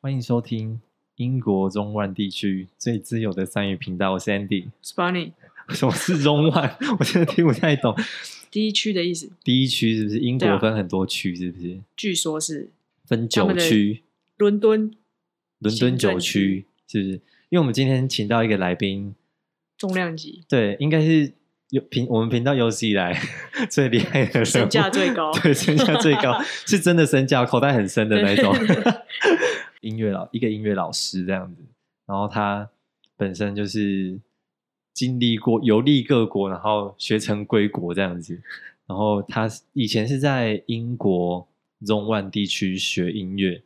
欢迎收听英国中万地区最自由的三语频道，我是 Andy。 s p a n y 什么是中万？ 我真的听不太懂。第一区的意思，第一区是不是英对国啊分很多区？是不是据说是分他九们的区？伦敦伦敦行政九区是不是？因为我们今天请到一个来宾，重量级，对，应该是有频我们频道有史以来 最厉害的人物，身价最高 对，身价最高是真的身价，口袋很深的那种 音乐老一个音乐老师这样子。然后他本身就是经历过游历各国，然后学成归国这样子。然后他以前是在英国中万地区学音乐，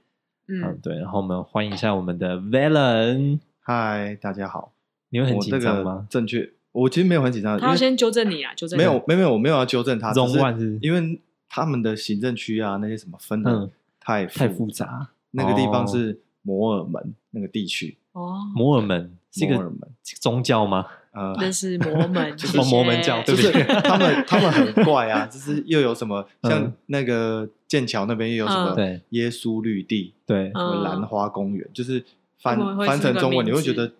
嗯，嗯，对。然后我们欢迎一下我们的 Valen，嗨，大家好。你会很我紧这张个吗？正确，我其实没有很紧张，他要因为先纠正你啊，纠正你没有，没有，没有，我没有要纠正他，只中是万是因为他们的行政区啊那些什么分嗯的太太复，杂。那个地哦方是摩尔门那个地区，哦， 摩尔门是一摩个尔门宗教吗？呃，那是摩门，就是谢谢摩门教对就不 是起他们他们很怪啊，就是又有什么像嗯那个剑桥那边又有什嗯么对耶稣绿地、对，嗯兰花公园，就是翻他们会翻是那成个中文你名会觉字得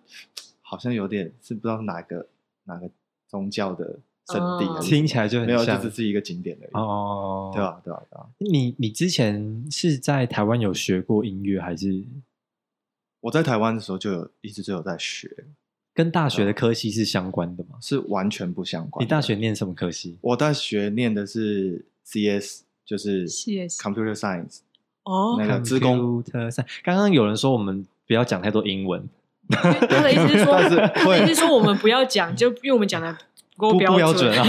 好像有点是不知道哪个哪个宗教的圣地哦还是什么，听起来就很没有，就像只是一个景点而已。哦，对啊吧？对吧？对吧？你你之前是在台湾有学过音乐，还是我在台湾的时候就有一直就有在学，跟大学的嗯科系是相关的吗？是完全不相关的。你大学念什么科系？我大学念的是 CS，就是 CS Computer Science。 哦，那个资工特赛。刚刚有人说我们不要讲太多英文，因为他的意思是说，但是他的会意思是说我们不要讲，就因为我们讲的不够不不标准啊，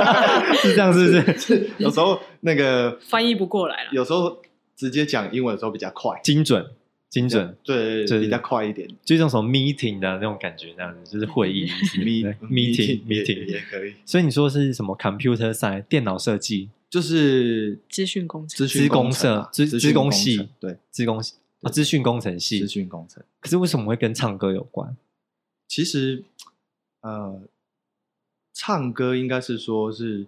是这样是不是？ 有时候那个翻译不过来了，有时候直接讲英文的时候比较快，精准精准，对，就是比较快一点。就像什么 meeting 的那种感觉，这样子就是会议 Me- meeting 也 meeting 也可以，所以你说是什么 computer science 电脑设计、就是资讯工程资讯工资工程社啊、资资资讯工工系程对，资工系啊、资讯工程系资？讯工程。可是为什么会跟唱歌有关？其实，呃，唱歌应该是说是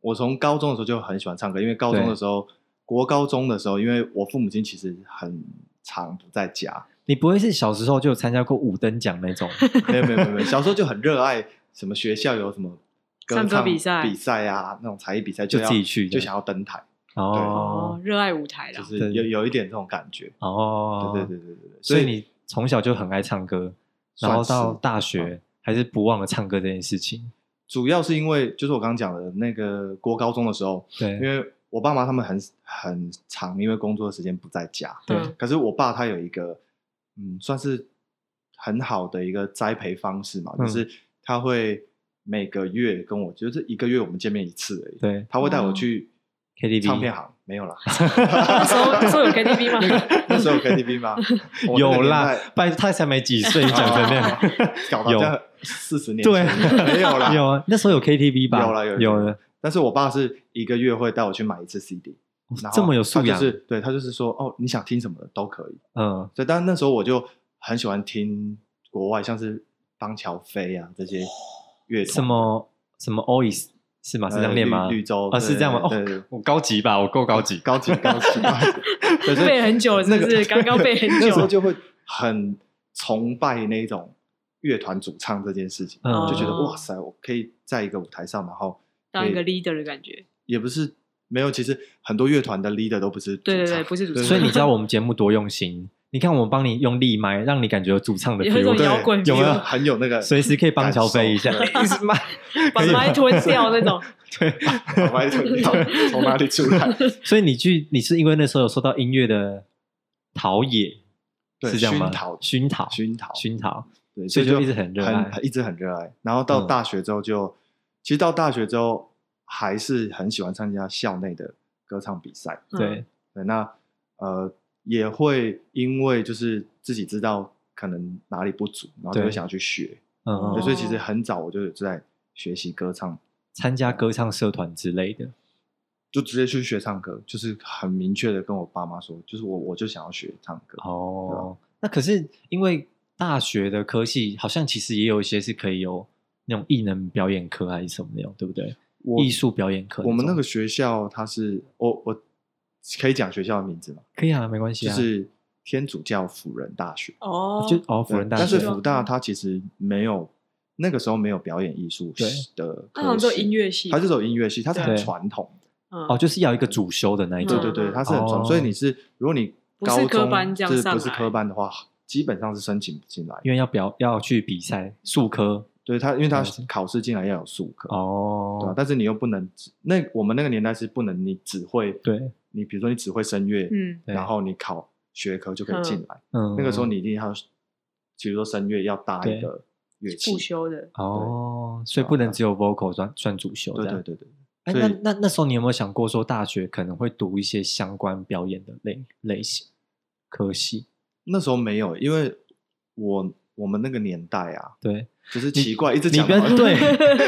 我从高中的时候就很喜欢唱歌，因为高中对的时候，国高中的时候，因为我父母亲其实很常不在 家，你不会是小时候就有参加过五等奖那种？没有没有没有，没有小时候就很热爱什么学校有什么歌唱歌唱比赛比赛啊，那种才艺比赛就要自己去这样就想要登台，哦哦，热爱舞台就啦，是对有有一点这种感觉。哦，对对对对对对，所以你你从小就很爱唱歌，然后算到是大学还是不忘了唱歌这件事情。主要是因为就是我刚刚讲的那个国高中的时候，因对，为我爸妈他们很很长，因为工作的时间不在家，对嗯可是我爸他有一个，嗯，算是很好的一个栽培方式嘛，嗯就是他会每个月跟我，就是一个月我们见面一次而已。对他会带我去 KTV 唱片行，没有啦，那时候那时候有 KTV 吗？那时候有 KTV 吗？我那个有啦年代，啊拜他才没几 岁，讲成那样，搞到有像四十年对前没有 啦，有啊，那时候有 KTV 吧？有啦有有有了，但是我爸是一个月会带我去买一次 CD，然后这么有素他就养，是对他就是说哦，你想听什么都可以。嗯，所以，但那时候我就很喜欢听国外，像是邦乔飞啊这些乐团，什么什么 Ois 是吗？呃是这样念吗？绿绿洲啊，是这样吗？对对对哦，我高级吧，我够高级。高级高级，对所 以背很久了是不是那个刚刚背很久那时候就会很崇拜那种乐团主唱这件事情，嗯就觉得哦哇塞，我可以在一个舞台上，然后当一个可以 leader 的感觉，也不是没有，其实很多乐团的 leader 都不是主对对对，唱不是主持人，所以你知道我们节目多用心，你看我们帮你用力麦，让你感觉有主唱的有一种 feel，对摇滚有没有 feel 很有那个随时可以帮感受乔飞一下，对一直麦， 把麦吞掉那种，对，把麦吞掉 从哪里出来？ 所以你去，你是因为那时候有受到音乐的陶冶，对是这样吗？熏陶熏陶，熏陶熏陶，对，所以就就一直很热爱一直很热爱。然后到嗯大学之后就，其实到大学之后还是很喜欢参加校内的歌唱比赛。 嗯对，对，那呃也会因为就是自己知道可能哪里不足，然后就对会想要去学。嗯，哦嗯对，所以其实很早我就有在学习歌唱，参加歌唱社团之类的，就直接去学唱歌，就是很明确的跟我爸妈说，就是我我就想要学唱歌。哦，那可是因为大学的科系好像其实也有一些是可以有那种艺能表演课还是什么那种，对不对？我艺术表演课种，我们那个学校它是我我可以讲学校的名字吗？可以啊，没关系就啊，是天主教辅仁大学，嗯哦，就哦，辅仁大但学是辅大它其实没有那个时候没有表演艺术对的，他好像做音乐，乐系，它就走音乐系，它是很对传统的，哦，哦就是要一个主修的那一对种，对对，嗯它是很传统，哦所以你是如果你不是高中科班这样就是上不是来科班的话，基本上是申请不进来，因为要表要去比赛数科对它，因为它了解考试进来要有数科，对啊吧哦，但是你又不能只那我们那个年代是不能你只会对，你比如说你只会声乐，嗯，对然后你考学科就可以进来，嗯，那个时候你一定要，比如说声乐要搭一个乐器复，修的，哦，所以不能只有 vocal 算算主修对这样对对对。哎，所那以那那时候你有没有想过说大学可能会读一些相关表演的类类型科系？那时候没有，因为我我们那个年代啊，对，就是奇怪，一直你讲跟好像对，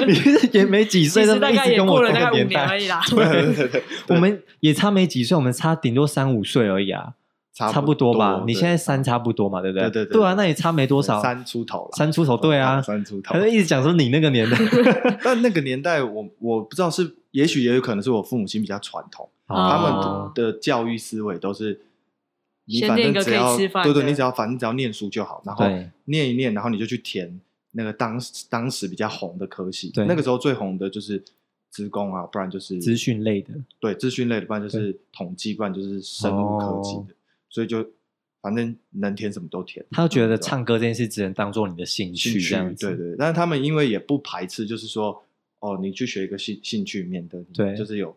你也没几其岁，实大一概直也跟过我了同大个概五年年而代，已啦。 对对 对，我们也差没几岁，我们差顶多三五岁而已啊，差差不多吧？你对现在三差不多嘛，对不对？对对对对啊，那也差没多少，三出头了，三出头，对啊，三出头他。就一直讲说你那个年代但那个年代我，我不知道是，也许也有可能是我父母亲比较传统， 他哦们的教育思维都是。你先反念一正个可只以要吃饭对对，的你只要反正只要念书就好，然后对念一念，然后你就去填那个当时当时比较红的科系。对那个时候最红的就是职工啊，不然就是资讯类的，对资讯类的，不然就是统计，不然就是生物科技的，所以就反正能填什么都填。哦他就觉得唱歌这件事只能当做你的兴嗯兴趣趣这样子，对对，但是他们因为也不排斥，就是说哦，你去学一个兴兴趣，免得你对就是有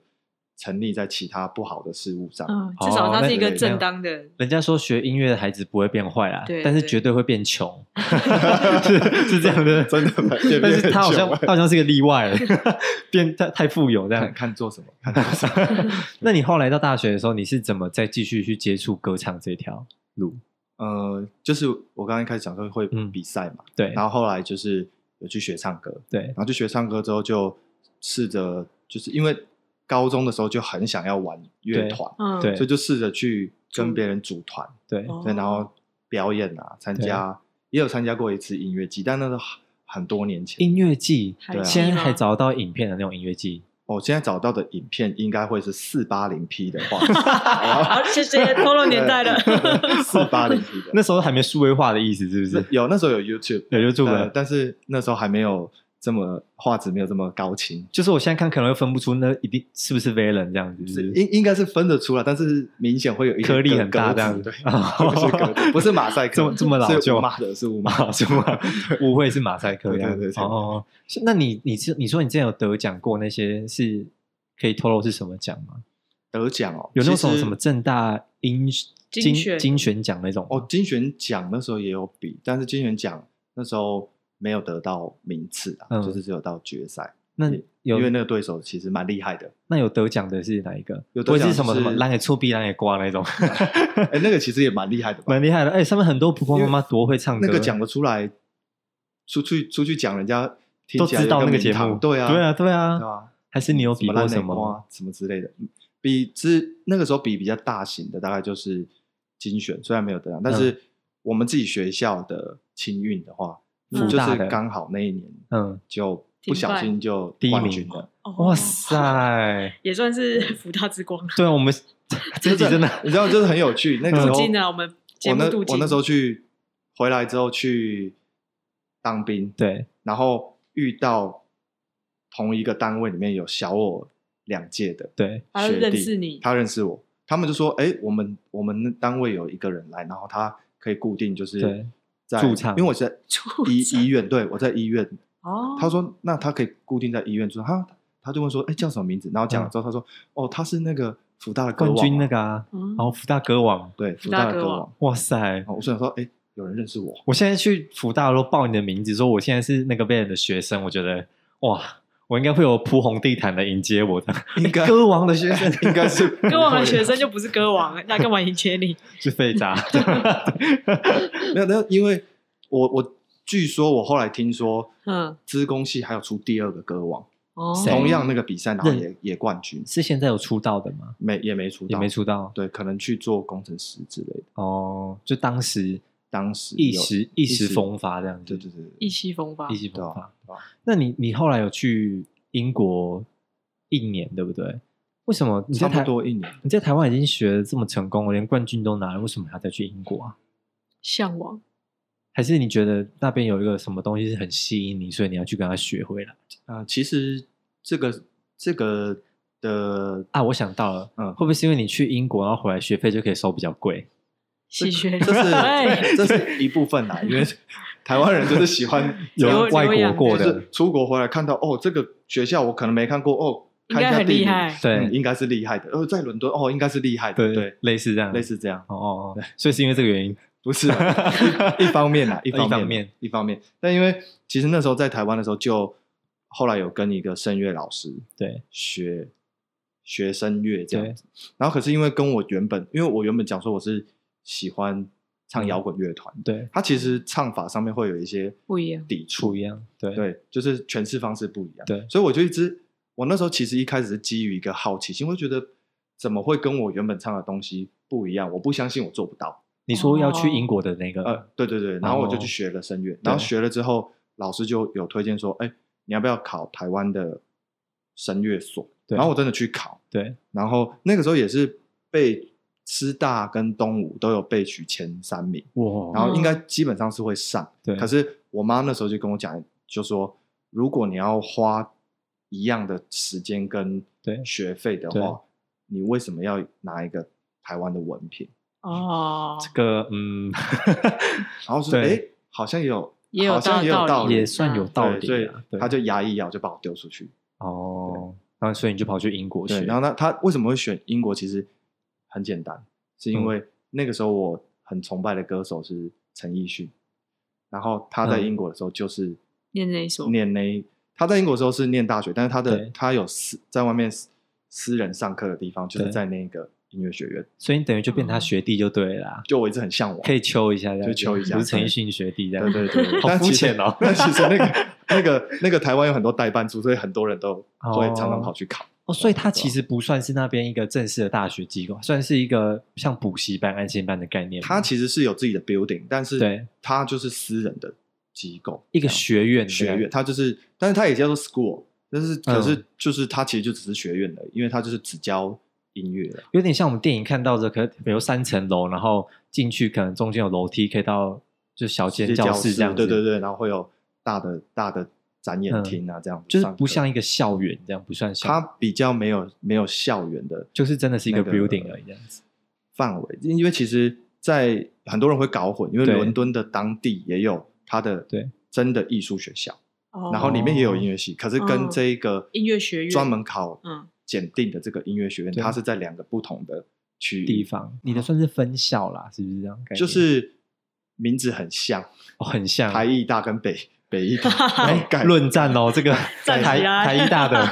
沉溺在其他不好的事物上。嗯，至少哦他那是一个对正当的，人家说学音乐的孩子不会变坏啦，对但是对绝对会变穷， 是是这样的， 真 的吗绝对但是他好像 变他好像是个例外 了，变太太富有这看样。看做什么，看做什么。那你后来到大学的时候，你是怎么再继续去接触歌唱这条路？呃，就是我刚刚一开始讲说会嗯比赛嘛，对然后后来就是有去学唱歌，对然后去学唱歌之后就试着，就是因为高中的时候就很想要玩乐团，嗯，对所以就试着去跟组别人组团，对哦对，然后表演啊，参加也有参加过一次音乐季，但那是很多年前。音乐季海，啊现在记吗还找得到影片的那种音乐季，我、现在找到的影片应该会是四八零 P 的话， 好，谢谢透露年 代了，四八零 P 的。那时候还没数位化的意思，是不那 是？有那时候有 YouTube，有 YouTube 呃了。但是那时候还没有这么画质没有这么高清，就是我现在看可能会分不出那一定是不是 Valen 这样子，是是不是应应该是分得出来，但是明显会有一嗯点颗粒格很大格这样子子对，不是格子不是马赛克， 这么这么老旧是五马的是 五马马是吗？误会是马赛克对呀。对对对哦，是那你你是你说你之前有得奖过那些是可以透露是什么奖吗？得奖哦， 有那其实种什么正大音精精选精选奖那种吗？哦，金选奖那时候也有比，但是金选奖那时候没有得到名次啊，嗯就是只有到决赛，那也有因为那个对手其实蛮厉害的， 那有得奖的是哪一个？有得不会奖是什么就什么是让给触壁让给刮 那种，哎，那个其实也蛮厉害的吧，蛮厉害的。哎，上面很多婆婆妈妈多会唱歌，那个讲得出来，出去出去讲人家听都起来知道有那个个名节堂目，对啊，对啊，对啊对，啊。还是你有比过什什么烂么？内瓜什么之类的，嗯比之那个时候比比较大型的大概就是精选，虽然没有得奖，但嗯是我们自己学校的青运的话，嗯就复大是的刚好那一年嗯，就不小心就第一冠名军了， 哦哇，哦塞，也算是福大之光，对啊，我们 这集真的嗯你知道就是很有趣。那个时候镀金啊我们节我目那镀金我那时候去回来之后去当兵， 对然后遇到同一个单位里面有小我两届的，对他学弟，认识你，他认识我，他们就说，哎、我们我们单位有一个人来，然后他可以固定就是对在驻唱因为我是在出医场医院，对我在医院，哦，他说那他可以固定在医院驻唱，他他就问说，哎、叫什么名字？然后讲了之后，他说，哦，他是那个福大的歌嗯冠王啊军那个啊，嗯，然后福大歌王，对福大大的歌歌王王。哇塞然！后我想说，哎、有人认识 我，我现在去福大都报你的名字，说我现在是那个 band 的学生，我觉得哇，我应该会有铺红地毯来迎接我的，应该 歌王的学生应该 是歌王的学生就不是歌王，啊 那干嘛迎接你？是废 渣，啊没有，那因为我我据说我后来听说，嗯，资工系还有出第二个歌王，哦，谁同样那个比赛，然后认也也冠军，是现在有出道的吗？没也没出也道，没出道对，可能去做工程师之类的。哦，就当时当时一有时一时风，发这样子，对对对对，意气风发一，时对风啊发。对啊那你你后来有去英国一年对不对？为什么你差在不台多一年。你在台湾已经学的这么成功了，连冠军都拿了，为什么还要再去英国啊？向往。还是你觉得那边有一个什么东西是很吸引你，所以你要去跟他学回来啊、其实这个这个 的，啊？我想到了，嗯会不会是因为你去英国，然后回来学费就可以收比较贵？戏谑，这哎是这是一部分啦， 因为台湾人就是喜欢 有留外留洋国过啊就的是，出国回来看到哦，这个学校我可能没看过哦，应看一该下很地厉理，害。对嗯应该是厉害的。哦，在伦敦哦，应该是厉害的，对，嗯类似这样，类似这样。哦哦哦，所以是因为这个原因，不是啊一一 方面啦，一方一面方面一方面。但因为其实那时候在台湾的时候就，后来有跟一个声乐老师对学学声乐这样子。然后可是因为跟我原本，因为我原本讲说我是喜欢嗯唱摇滚乐团，对，他其实唱法上面会有一些不一样抵触不一，样，对对，就是诠释方式不一样。对所以我就一直，我那时候其实一开始是基于一个好奇心，会觉得怎么会跟我原本唱的东西不一样？我不相信我做不到。你说要去英国的那呃个，，对对对，然后我就哦去学了声乐，然后对学了之后，老师就有推荐说，哎，你要不要考台湾的声乐所？对然后我真的去考，对，然后那个时候也是被师大跟东吴都有被取前三名，哇，然后应该基本上是会上，哦对可是我妈那时候就跟我讲，就说如果你要花一样的时间跟对学费的对话，你为什么要拿一个台湾的文凭？哦，这个嗯，然后说，对哎，好像也有，也有好像也有道道理啊也算有道对，所理以啊，他对，就牙一咬就把我丢出去。哦，然后所以你就跑去英国学对，，然后他他为什么会选英国？其实很简单，是因嗯为那个时候我很崇拜的歌手是陈奕迅，然后他在嗯英国的时候就是念那一所念那一他在英国的时候是念大学，但是他的对他有私在外面私私人上课的地方，就是对在那个音乐学院。所以你等于就变他学弟就对了啦，就我一直很向往，可以秋一下这样子，嗯就秋一下不是陈奕迅学弟这样对子，对对， 好但肤其实浅哦 但其实那个那个那个台湾有很多代办处，所以很多人都会常常跑去考。哦，所以他其实不算是那边一个正式的大学机构，算是一个像补习班、安心班的概念吗。他其实是有自己的 building，但对是他就是私人的机构，一个这样学院，啊嗯学院，，他就是，但是他也叫做 school，但是可是就是他其实就只是学院的，因为他就是只教音乐的。有点像我们电影看到的，可能比如三层楼，然后进去可能中间有楼梯，可以到就小间教室这样子，嗯对对对，然后会有大的大的展演厅啊，这样子就是上课不像一个校园这样，不算校他园，比较没有没有校园的就是真的是一个那个 building 而已这样子。范围，因为其实，在很多人会搞混，因为对伦敦的当地也有他的对真的艺术学校，哦然后里面也有音乐系，可是跟哦这一个音乐学院专门考嗯检定的这个音乐学院，对它是在两个不同的区域地，方，你的算是分校啦，是不是这样概念？就是名字很像，哦很像台艺大跟北北 艺大然后哎改论战哦，这个 站台起来台医大的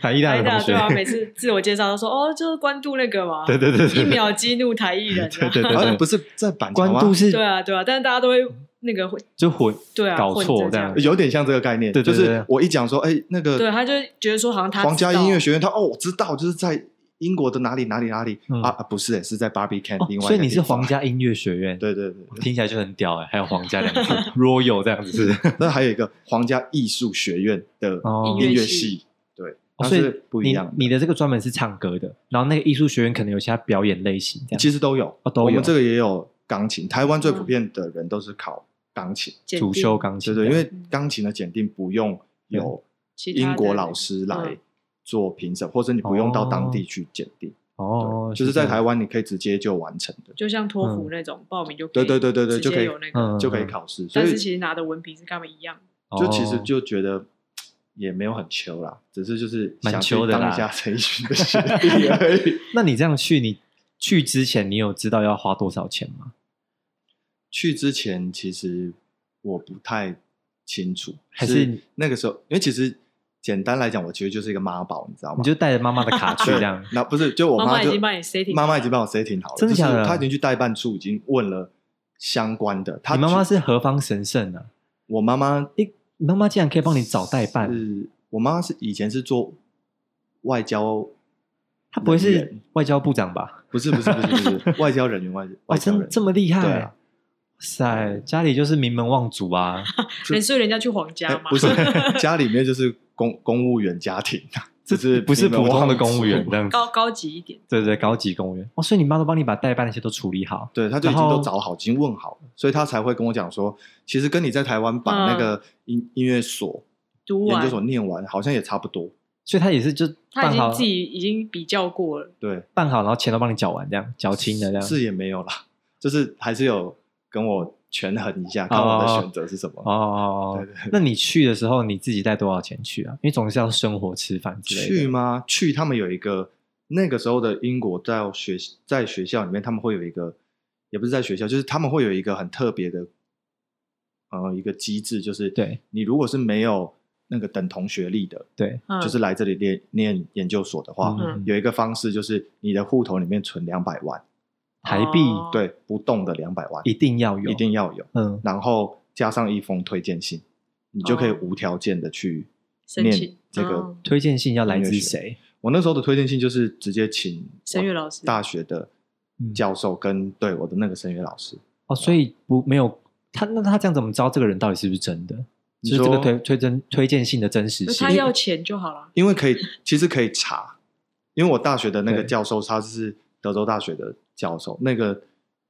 台医大的台同大学对，啊，每次自我介绍都说哦，就是关注那个嘛，对对对一对对秒激怒台艺 人啊，对对对好对，像不是在板桥关吗？渡是对啊对啊，但是大家都会那个会，就混对啊搞混错着这这样样，有点像这个概念，对对就对是我一讲说，哎，那个对，他就觉得说好像他皇家知道音乐学院，他哦，我知道，就是在英国的哪里哪里哪里嗯啊啊，不是，是在 Barbican 哦另外，所以你是皇皇，家音乐学院，嗯对对 对。对听起来就很欸屌哎，还有皇家 两个字，royal 这样子是，那还有一个皇家艺术学院的 哦音音乐乐系系，对，哦它所以是不一你样的。你的这个专门是唱歌的，然后那个艺术学院可能有其他表演类型这样，其实都有哦，都有我们这个也有钢琴，台湾最普遍的人都是考钢琴，鉴主定修钢琴对这样，对，因为钢琴的检定不用有其他的英国老师来嗯做评审，或者你不用到当地去检定，哦对，就是在台湾湾你可以直接就完成的，就像托福那种报名就可对以对对对对，直就接可以有那嗯个，就可以考试，所但以是其实拿的文凭是跟他们一样，哦就其实就觉得。也没有很秋啦，只是就是蛮想去秋的啦当一下陈奕迅的学弟而已。 那你这样去，你去之前你有知道要花多少钱吗？去之前其实我不太清楚，还是是那个时候，因为其实简单来讲，我其实就是一个妈宝，你知道吗？你就带着妈妈的卡去对，这样那不是就我妈妈妈就已经帮你 setting 妈妈已经帮我 setting 好了，真的假的就是她已经去代办处已经问了相关的，她你妈妈去是何方神圣啊？我妈妈诶，你妈妈竟然可以帮你找代办，是我妈妈是以前是做外交，她不会人是员外交部长吧？不是不是不是不 是外交人员外哇，外交哦真人员这么厉害！对啊哇塞，家里就是名门望族 啊！人，所以人家去皇家 哎嘛，不是家里面就是公公务员家庭，这就是不是你们普通的公务员忘记这样子？高高级一点，对对，高级公务员哦，所以你妈都帮你把代办那些都处理好，对，他就已然经后都找好，已经问好了，所以他才会跟我讲说，其实跟你在台湾嗯把那个音音乐所、读研完究所念完，好像也差不多。所以他也是就他办已好经自己已经比较过了，对，办好，然后钱都帮你缴完，这样缴清的这样。是也没有啦，就是还是有跟我权衡一下，看我的选择是什么。哦，对对那你去的时候你自己带多少钱去啊？因为总是要生活、吃饭之类的。去吗？去，他们有一个那个时候的英国在学在学校里面，他们会有一个，也不是在学校，就是他们会有一个很特别的，呃，一个机制，就是对你如果是没有那个等同学历的，对，嗯就是来这里念念研究所的话，嗯有一个方式就是你的户头里面存两百万，台币哦对，不动的两百万，一定要有，一定要有，嗯，然后加上一封推荐信，你就可以哦无条件的去申念请这个哦推荐信要来自谁？我那时候的推荐信就是直接请声乐老师大学的嗯教授跟对我的那个声乐老师，哦，所以不没有他，那他这样怎么知道这个人到底是不是真的？你就是这个说推推荐推荐信的真实那性他。要钱就好了，因为 可以其实可以查，因为我大学的那个对教授他是德州大学的教授，那个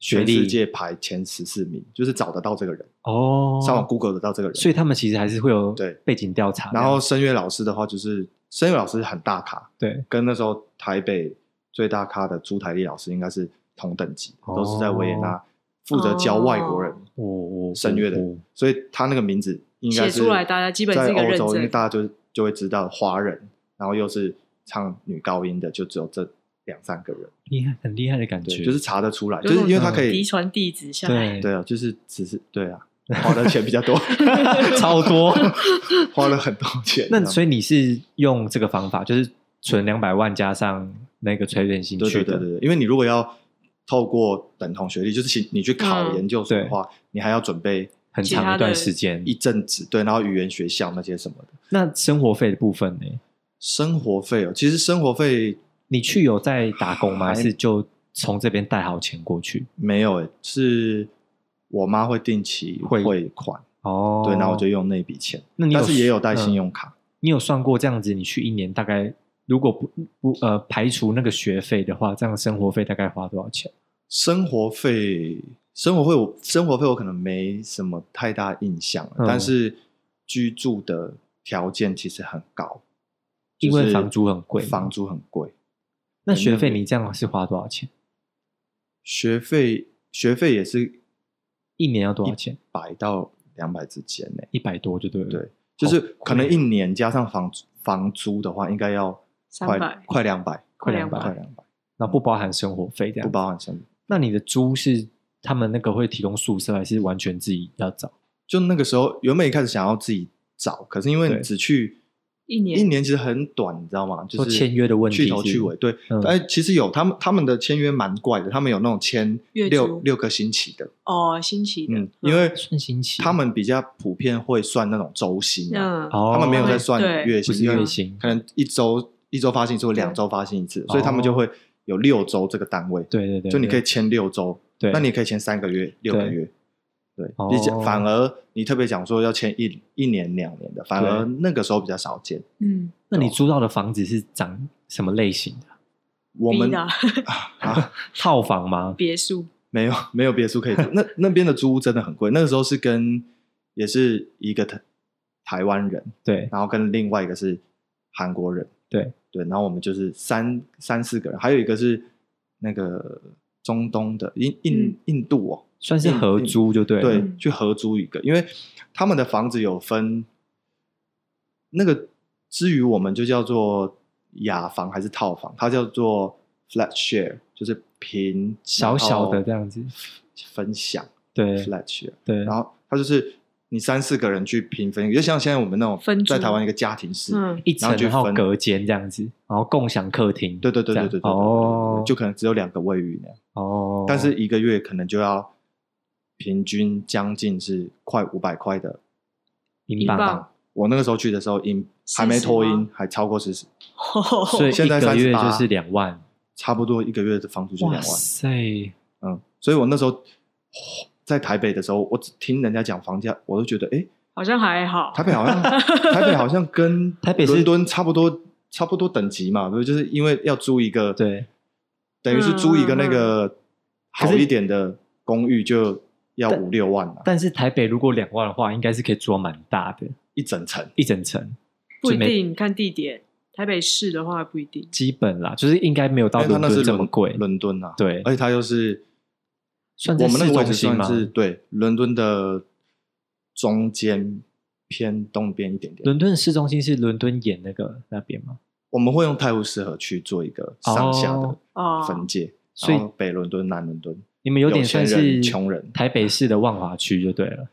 学全历世界排前十四名，就是找得到这个人，哦，上网 Google 得到这个人，所以他们其实还是会有对背景调查这样。哦然后声乐老师的话就是声乐老师很大咖，对跟那时候台北最大咖的朱台丽老师应该是同等级，哦都是在维也纳负责教外国人我我声乐的，我所以他那个名字应该是写出来大家基本在是一个欧认洲，证因为大家就就会知道华人，然后又是唱女高音的，就只有这两三个人，厉害，很厉害的感觉，对，就是查得出来，有就是因为他种可以嫡，传弟子下来，对 对啊，就是只是对啊，花的钱比较 多，超多。花了很多钱， 那所以以你是用这个方法，就是存两百万加上那个催眠进对去对对的，对，对因为你如果要透过等同学历，就是请你去考嗯研究所的话，你还要准备很其他长一的段时间。一阵子，对，然后语言学校那些什么的，那生活费的部分呢？生活费哦，其实生活费你去有在打工吗？还还是就从这边带好钱过去？没有诶，是我妈会定期汇汇款，哦，对，然后我就用那笔钱，那你但是也有带嗯信用卡，你有算过这样子？你去一年大概如果不不呃排除那个学费的话，这样生活费大概花多少钱？生活费，生活费我生活费我可能没什么太大印象了，嗯但是居住的条件其实很高，因为就是房租很贵吗房租很贵，嗯那学费你这样是花多少钱？学费学费也是一年要多少钱？百到两百之间呢，一百多就对了。哦对，就是可能一年加上房租房租的话，应该要快300快两百，快200快两百，那不包含生活费这样不子。包含生活。那你的租是他们那个会提供宿舍，还是完全自己要找？就那个时候，原本一开始想要自己找，可是因为你对只去一年一年其实很短，你知道吗？就说是签约的问题去头是去尾。对，嗯但其实有他们他们的签约蛮怪的，他们有那种签月六租六个星期的，哦，新奇的嗯，，因为算星期他们比较普遍会算那种周薪啊，嗯，哦，他们没有在啊不算对月薪，是因为月薪，可能一周一周发薪一次，或两周发薪一次，所以他们就会有六周这个单位，对哦对对，就你可以对签六周，对，那你可以签三个月、六个对月，对，哦你讲反而你特别讲说要签一一年、两年的，反而那个时候比较少见。嗯，那你租到的房子是长什么类型的？我们逼的啊套房吗？别墅没有没有别墅 可以住，那那边的租屋真的很贵。那个时候是跟也是一个台台湾人，对，然后跟另外一个是韩国人，对对，然后我们就是三三四个人，还有一个是那个中东的印印嗯印度哦，算是合租就对了。对嗯，去合租一个，因为他们的房子有分那个，至于我们就叫做雅房还是套房，它叫做 flat share，就是平小小的这样子然后分享对 flat share，对，然后它就是你三四个人去平分，就像现在我们那种分租在台湾一个家庭式，嗯一层然后去然后分隔间这样子，然后共享客厅。对对这对对样对对对对，哦对就可能只有两个卫浴那样，哦，但是一个月可能就要平均将近是快五百块的英英镑，镑，我那个时候去的时候，音40还没脱音吗，还超过四十，哦所以 现在一个月就38是两万。差不多一个月的房租就哇两万。塞，嗯，所以我那时候哦在台北的时候，我只听人家讲房价，我都觉得，哎，好像还好 台，北好像台北好像跟台北是伦敦差不多差不多等级嘛，对不对，就是因为要租一个，对，等于是租一个嗯嗯那个可好是一点的公寓就要但五六万啊了、但是台北如果两万的话，应该是可以做蛮大的，一整层。一整层不就一没定看地点，台北市的话不一定。基本啦，就是应该没有到因为它伦那是敦这伦么贵。伦敦啊，对而且它又是算在我们那市个位中置心算吗是对伦敦的中间偏东边一点点。伦敦市中心是伦敦眼那个那边吗？我们会用泰晤士河去做一个上下的哦啊哦，分界，所以然后北伦敦、南伦敦你们有点钱算人、是穷人，台北市的万华区就对了，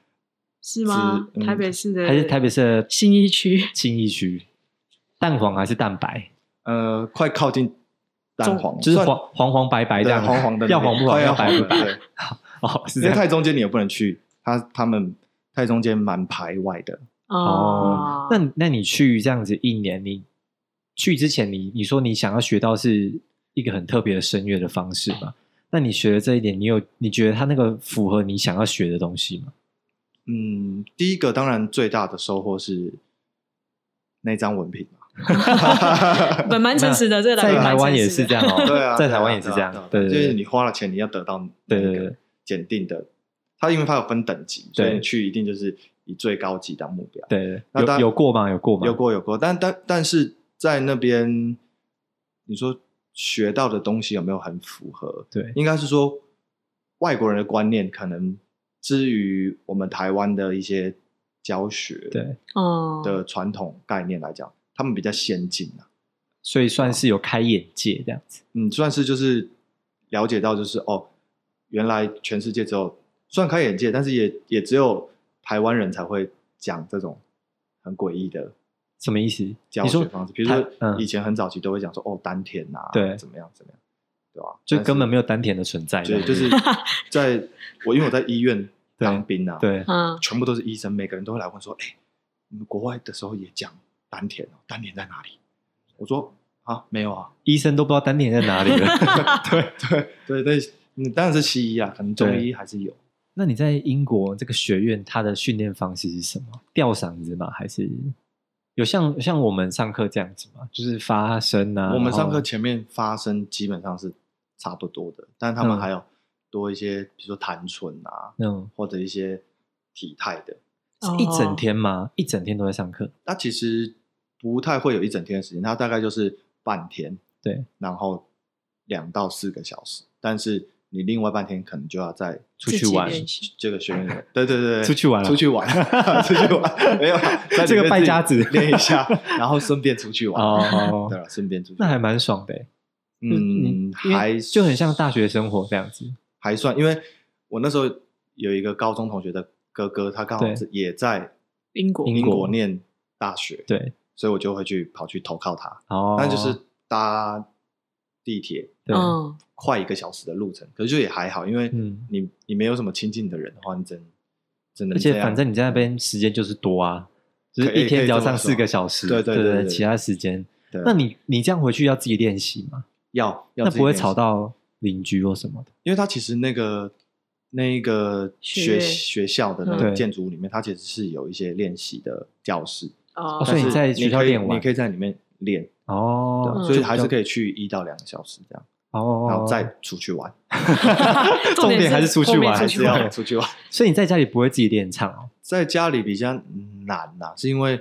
是吗？是嗯台北市的还是台北市的新一区信义区？蛋黄还是蛋白？呃，快靠近蛋黄，就是算黄黄黄白白这对样，黄黄的那边，要黄不黄，快要白黄不了白。对， 哦，是因这为样。太中间你也不能去，他他们太中间蛮排外的。哦哦，那你那你去这样子一年，你去之前你你说你想要学到是一个很特别的声乐的方式嘛？那你学了这一点，你有你觉得它那个符合你想要学的东西吗？嗯，第一个当然最大的收获是那张文凭嘛， 本蛮诚实的，这个来在源台蛮湾诚也实是的这样哦， 对啊，在对啊台湾也是这样对啊，对就对是对你花了钱，你要得到那对对个对检定的，它因为它有分等级，所对以你去一定就是以最高级当目标。对那对，当有有过吗？有过吗？有过有过，但但但是在那边，你说学到的东西有没有很符合？对应该是说外国人的观念可能至于我们台湾的一些教学对，哦，的传统概念来讲，他们比较先进啊。所以算是有开眼界这样子。嗯，算是就是了解到，就是哦，原来全世界只有虽然开眼界，但是也也只有台湾人才会讲这种很诡异的什么意思？教你学说方式，比如说台嗯以前很早期都会讲说哦丹田啊，对怎么样怎么样，对吧？就但是根本没有丹田的存在，对，就是 在我因为我在医院当兵啊，，对嗯，全部都是医生，每个人都会来问说，哎，你们国外的时候也讲丹田哦，丹田在哪里？我说啊，没有啊，医生都不知道丹田在哪里 了。 对对，你当然是西医啊，可能中医还是有。那你在英国这个学院，它的训练方式是什么？吊嗓子吗？还是有像像我们上课这样子吗？就是发声啊。我们上课然后前面发声基本上是差不多的，但他们嗯还有多一些，比如说弹唇啊，那种或者一些体态的。哦是一整天吗？一整天都在上课？那其实不太会有一整天的时间，它大概就是半天，对，然后两到四个小时，但是你另外半天可能就要再出自去己玩，练习 这个学院的，对对对对，出去玩啊出去玩， 出去玩，没有啦在里面这个败家自己子练一下，然后顺便出去玩，哦 对，了，顺便出去那玩，还蛮爽的欸。嗯，因为还就很像大学生活这样子。还算，因为我那时候有一个高中同学的哥哥，他刚好对是也在英国英英国国念大学，对，所以我就会去跑去投靠他。哦，那就是搭地铁对，嗯，快一个小时的路程，可是就也还好，因为嗯你你没有什么亲近的人的话，你真真的而且反正你在那边时间就是多啊，就是可以一天只要可以这上么说四个小时，对对对对对对其他时间。那那你你这样回去要自己练习吗？要那要自己不会练习吵，到邻居或什么的？因为他其实那个那一个学学学校的那嗯个对建筑物里面，它其实是有一些练习的教室，哦哦，所以但是在你学校可以练完你可以在里面练，对哦啊，嗯所以还是可以以去一到两个小时这样，哦，然后再出去玩，重点还是出去玩后面还出是去玩要出去玩。所以你在家里不会自己练唱哦？ 在家里比较难呐、是因为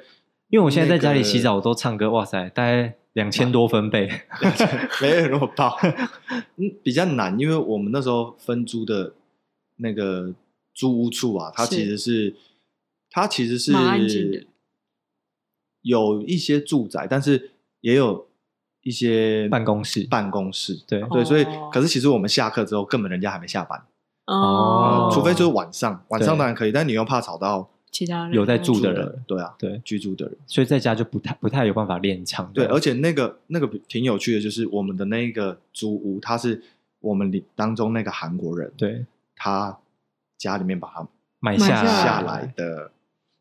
因为我现在在家里那个洗澡，我都唱歌，哇塞，大概两千多分贝。 没有那么棒， 嗯，比较难，因为我们那时候分租的那个租屋处啊，它是其实是它其实是蛮安静的有一些住宅，但是也有一些办公室办公室，对 对，所以哦可是其实我们下课之后，根本人家还没下班，哦哦，除非就是晚上，晚上对当然可以，但你又怕吵到其他人有在住住的的人人，对啊，对，居住的人。 所以在家就不太不太有办法练唱。对，而且那个那个挺有趣的，就是我们的那一个租屋，他是我们里当中那个韩国人，对他家里面把它买买下下来下来的，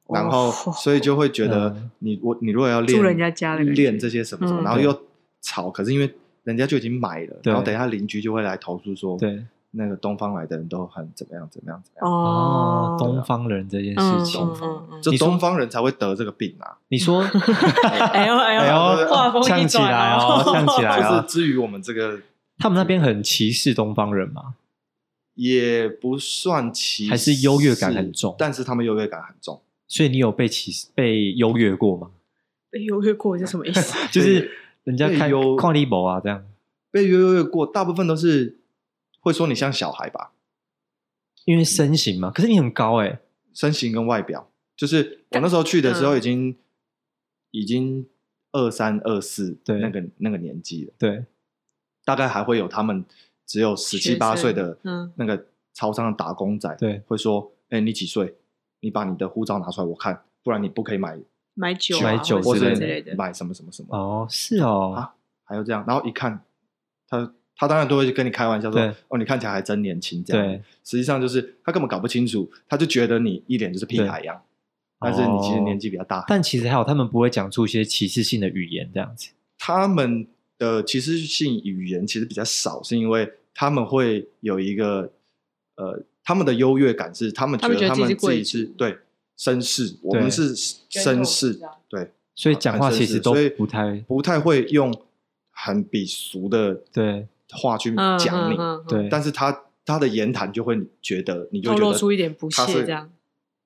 哦然后所以就会觉嗯得你我你如果要练住人家家的感觉练这些什么什么，嗯然后又吵，可是因为人家就已经买了，对然后等一下邻居就会来投诉说，对那个东方来的人都很怎么样怎么样怎么样，哦，东方人这件嗯事情，嗯嗯嗯就你说东方人才会得这个病啊。你 说，哎呦哎哎呦，呦 画风一呛起来转哦呛 起来就哦是至于我们这个他们那边很歧视东方人嘛？也不算歧视，还是优越感很重但是他们优越感很重，所以你有被歧视、被优越过吗？被优越过是什么意思？就是人家看被优看立博啊，这样，被优越过，大部分都是会说你像小孩吧，因为身形嘛。可是你很高哎、身形跟外表。就是我那时候去的时候，嗯已经、已经二三二四对那个那个年纪了，对，大概还会有他们只有十七学八生岁的嗯那个超商的打工仔，对会说：“哎、你几岁？你把你的护照拿出来，我看，不然你不可以买买酒啊买酒或或者之什类的么之类的，买什么什么什么。哦，是哦，啊还有这样，然后一看，他他当然都会跟你开玩笑说对：“哦，你看起来还真年轻。”这样，对，实际上就是他根本搞不清楚，他就觉得你一脸就是屁孩一样，但是你其实年纪比较大。哦但其实还好，他们不会讲出一些歧视性的语言这样子。他们的歧视性语言其实比较少，是因为他们会有一个呃，他们的优越感是他们觉他们觉得得他们自自己己是贵是族对绅士，我们是绅士，对，所以讲话其实都很绅啊士所以不太不太会用很鄙俗的对话去嗯讲你，嗯嗯嗯对，哦但是他他的言谈就会觉得你就透觉露得出一点不他屑是这样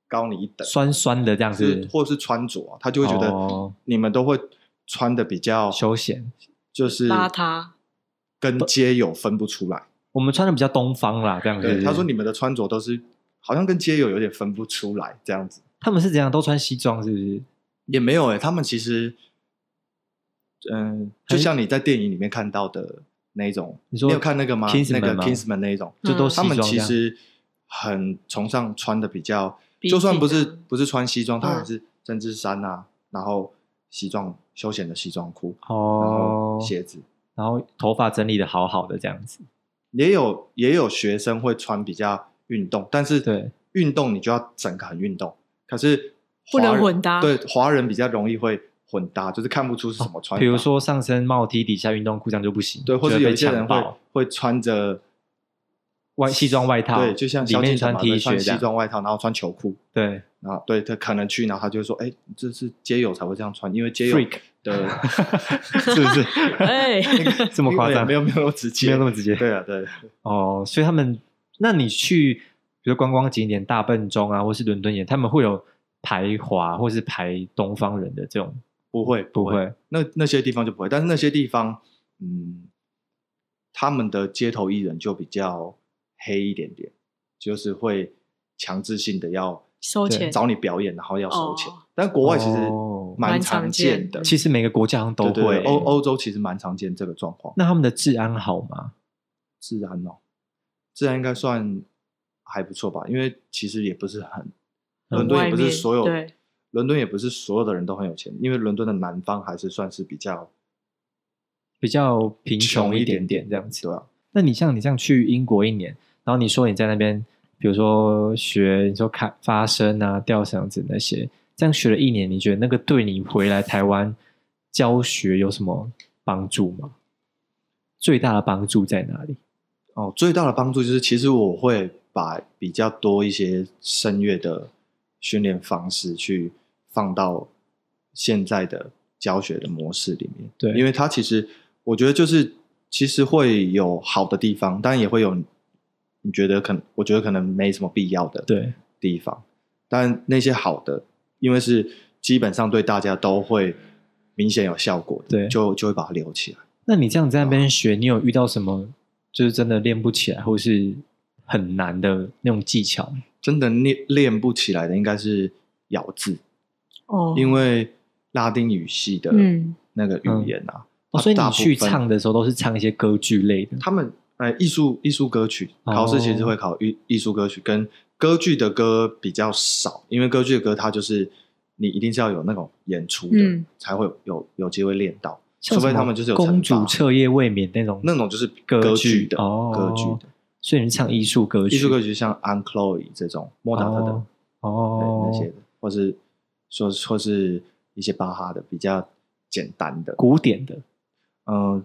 高你一等，酸酸的这样是子，或是穿着啊，他就会觉哦得你们都会穿的比较休闲。就是邋遢， 跟街友分不出来。我们穿的比较东方啦，这样对，子。他说你们的穿着都是好像跟街友有点分不出来这样子，他们是怎样都穿西装，是不是？也没有哎、他们其实，嗯、还就像你在电影里面看到的那一种，你说有看那个吗？ Kingsman 那个吗 Kingsman 那一种，嗯就都西他装们这其样。实很崇尚穿的比较，笔就算挺不是啊不是穿西装，他嗯还是针织衫啊，然后西装休闲的西装裤，然哦后，鞋子，然后头发整理的好好的这样子，也有也有学生会穿比较运动，但是对运动你就要整个很运动，可是不能华人混搭对，华人比较容易会混搭，就是看不出是什么穿法，哦比如说上身帽 T 底下运动裤这样就不行，对，或就是会有被一些强人会暴会穿着外西装外套，对，就像里萧面敬穿腾嘛 T 对恤这西样，装外套，然后穿球裤，对然后对他可能去，然后他就会说，哎，这是街友才会这样穿，因为街友 Freak 的是不是？ 哎，这么夸张，没有没有没有那么直接，没有那么直接，对啊，对，哦，所以他们，那你去比如观光景点大笨钟啊，或是伦敦眼，他们会有排华或是排东方人的这种，不会不会，那那些地方就不会，但是那些地方，嗯，他们的街头艺人就比较黑一点点，就是会强制性的要收对钱找你表演，然后要收钱。哦但国外其实哦蛮蛮常常见见的，的其实每个国家好像都对会。对对欧欧洲其实蛮常见这个状况。那他们的治安好吗？治安哦，治安应该算还不错吧，因为其实也不是很，很伦敦外也不是面所有对，伦敦也不是所有的人都很有钱，因为伦敦的南方还是算是比较比较贫穷穷一点点点这样子。对啊，那你像你这样去英国一年，然后你说你在那边，比如说学你说开发声啊、吊绳子那些，这样学了一年，你觉得那个对你回来台湾教学有什么帮助吗？最大的帮助在哪里？哦，最大的帮助就是，其实我会把比较多一些声乐的训练方式去放到现在的教学的模式里面。对因为它其实我觉得就是其实会有好的地方，但也会有你觉得可能我觉得可能没什么必要的对，地方，但那些好的，因为是基本上对大家都会明显有效果的，对就就会把它留起来。那你这样在那啊边学，你有遇到什么就是真的练不起来，或是很难的那种技巧吗？真的练练不起来的应该是咬字，哦，因为拉丁语系的嗯那个语言啊，哦所以你大部分去唱的时候都是唱一些歌剧类的，他们呃艺术艺术歌曲哦考试其实会考艺艺术歌曲，跟歌剧的歌比较少，因为歌剧的歌它就是你一定是要有那种演出的、嗯才会有有有机会练到，像除非什么他们就是有公惩罚主彻夜未眠那种那种就是歌剧的哦，歌剧的所以你唱艺术歌曲，艺术歌曲，像《An Chloe》这种莫扎特的、哦对哦，那些的，或是说或是一些巴哈的比较简单的，古典的嗯，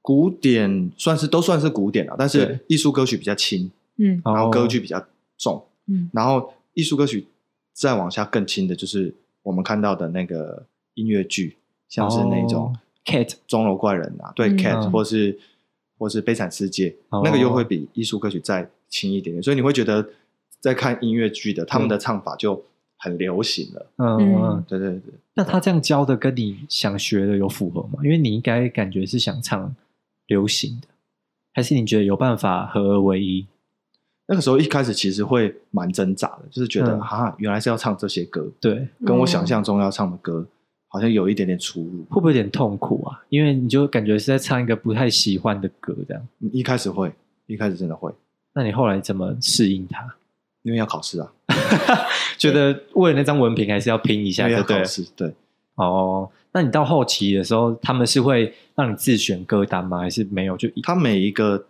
古典算是都算是古典了，但是对艺术歌曲比较轻，嗯然后哦歌剧比较重，嗯然后艺术歌曲再往下更轻的，就是我们看到的那个音乐剧，像是那哦种 cat 钟楼怪人啊，对嗯 cat、嗯或是或是悲惨世界，哦那个又会比艺术歌曲再轻一点点，所以你会觉得在看音乐剧的他们的唱法就很流行了。嗯，嗯嗯对对对，那他这样教的跟你想学的有符合吗？因为你应该感觉是想唱流行的，还是你觉得有办法合二为一？那个时候一开始其实会蛮挣扎的，就是觉得嗯哈、原来是要唱这些歌，对，跟我想嗯象中要唱的歌好像有一点点出入。会不会有点痛苦啊？因为你就感觉是在唱一个不太喜欢的歌，这样。嗯一开始会，一开始真的会，那你后来怎么适应它？因为要考试啊，觉得为了那张文凭还是要拼一因下，为对要不对考？试，对。啊哦，那你到后期的时候，他们是会让你自选歌单吗？还是没有？就一他每一个，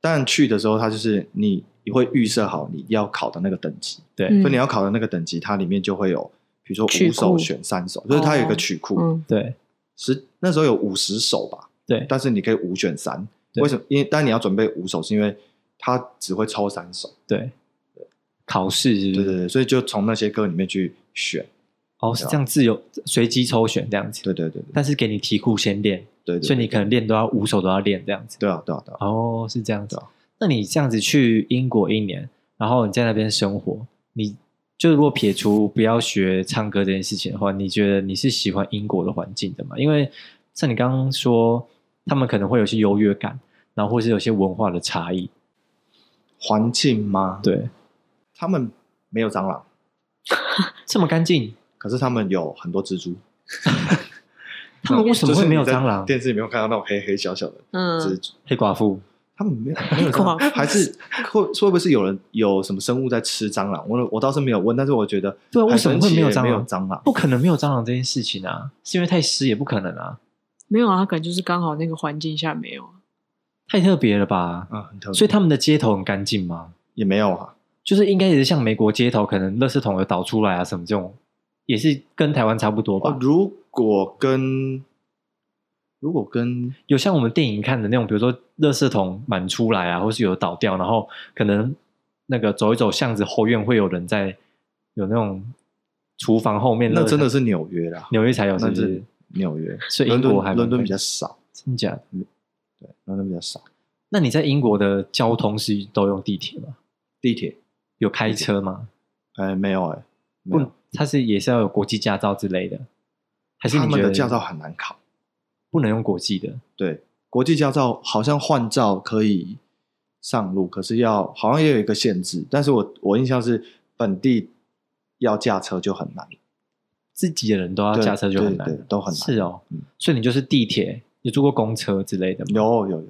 但去的时候，他就是你你会预设好你要考的那个等级，对，嗯所以你要考的那个等级，它里面就会有，比如说曲五首库选三首，就是它有一个曲库，嗯对十那时候有五十首吧，对但是你可以五选三，对为什么？因为但你要准备五首，是因为他只会抽三首，对，考试是不对是？对对，所以就从那些歌里面去选，哦，是这样自由随机抽选这样子。对对对对但是给你题库先练，对对，所以你对可能练都要五首都要练这样子。对啊对啊对啊，哦，是这样子对哦。那你这样子去英国一年，然后你在那边生活，你就如果撇除不要学唱歌这件事情的话，你觉得你是喜欢英国的环境的吗？因为像你刚刚说，他们可能会有些优越感，然后或是有些文化的差异。环境吗？，对，他们没有蟑螂，这么干净，可是他们有很多蜘蛛。他们为什么就是会你没有在蟑螂？电视里面有看到那种黑黑小小的蜘嗯，蛛，黑寡妇他们没有没黑寡有蟑妇螂，还是会会不会是有人有什么生物在吃蟑螂？我我倒是没有问，但是我觉得对啊为很什么神会奇没有耶蟑没有螂蟑螂？不可能没有蟑螂这件事情啊，是因为太湿也不可能啊，没有啊，他可能就是刚好那个环境下没有啊。太特别了吧？啊，很特别，所以他们的街头很干净吗？也没有啊。就是应该也是像美国街头，可能垃圾桶有倒出来啊，什么这种，也是跟台湾差不多吧。哦，如果跟如果跟有像我们电影看的那种，比如说垃圾桶满出来啊，或是有倒掉，然后可能那个走一走巷子后院会有人在有那种厨房后面垃圾，那真的是纽约啦，纽约才有，是那不是呃是？纽约，所以英伦国还敦蛮伦敦比干较少，真假的？对，伦敦比较少。那你在英国的交通是都用地铁吗？地铁，有开车吗？哎，没有哎，没不有，，它是也是要有国际驾照之类的，还是他你觉们得的驾照很难考。不能用国际的？对，国际驾照好像换照可以上路，可是要好像也有一个限制。但是我我印象是本地要驾车就很难，自己的人都要对哦驾车就很对难对了，都很难是哦，嗯所以你就是地铁，你坐过公车之类的吗？有有有，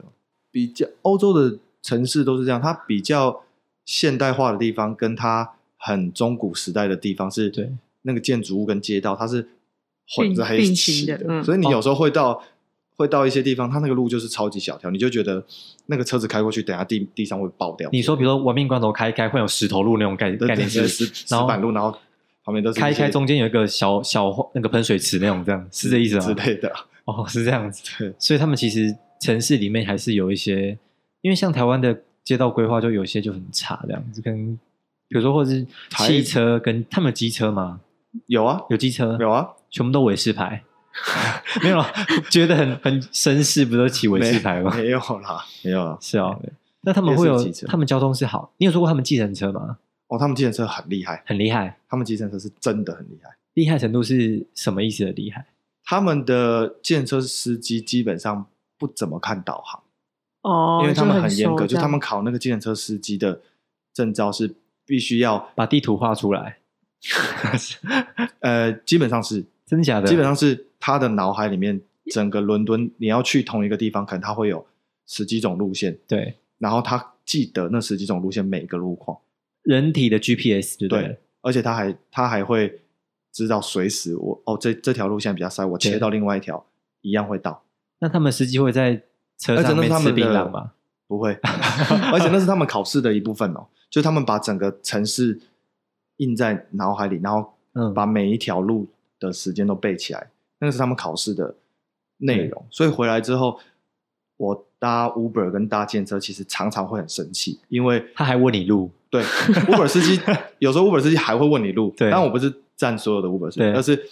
比较欧洲的城市都是这样，它比较现代化的地方跟它很中古时代的地方是，对，那个建筑物跟街道它是混在一并起并行的嗯所以你有时候会到。会到一些地方，它那个路就是超级小条，你就觉得那个车子开过去，等下地地上会爆掉。你说，比如说亡命关头开一开会有石头路那种概对概念是，对石石然后板路，然后旁边都是开一一些开中间有一个小小那个喷水池那种，这样是这意思之吗？类的。哦，是这样子，对，所以他们其实城市里面还是有一些，因为像台湾的街道规划就有些就很差，这样子跟。比如说，或是台汽车跟他们有机车吗？有啊，有机车，有啊，全部都尾式牌， 没有啦，觉得很 很绅士，不都骑尾式牌吗？没有啦，没有啦。是啊对那他们会也有是骑车他们交通是好？你有坐过他们计程车吗？哦，他们计程车很厉害，很厉害，他们计程车是真的很厉害。厉害程度是什么意思的厉害？他们的计程车司机基本上不怎么看导航，哦，因为他们很严熟格，这就样他们考那个计程车司机的证照是必须要，把地图画出来， 呃，基本上是，真假的？基本上是他的脑海里面整个伦敦，你要去同一个地方，可能他会有十几种路线，对然后他记得那十几种路线每个路况。人体的 GPS 对不对对？而且他还他还会知道随时我哦这这条路线比较塞，我切对到另外一条一样会到，那他们司机会在车而且上那是面他吃们的槟榔吗？不会， 而且那是他们考试的一部分哦，就他们把整个城市印在脑海里，然后嗯把每一条路的时间都背起来，那个是他们考试的内容，所以回来之后。我搭 Uber 跟搭建车，其实常常会很生气，因为他还问你路，对 Uber 司机有时候 Uber 司机还会问你路，对但我不是占所有的 Uber 司机对，而是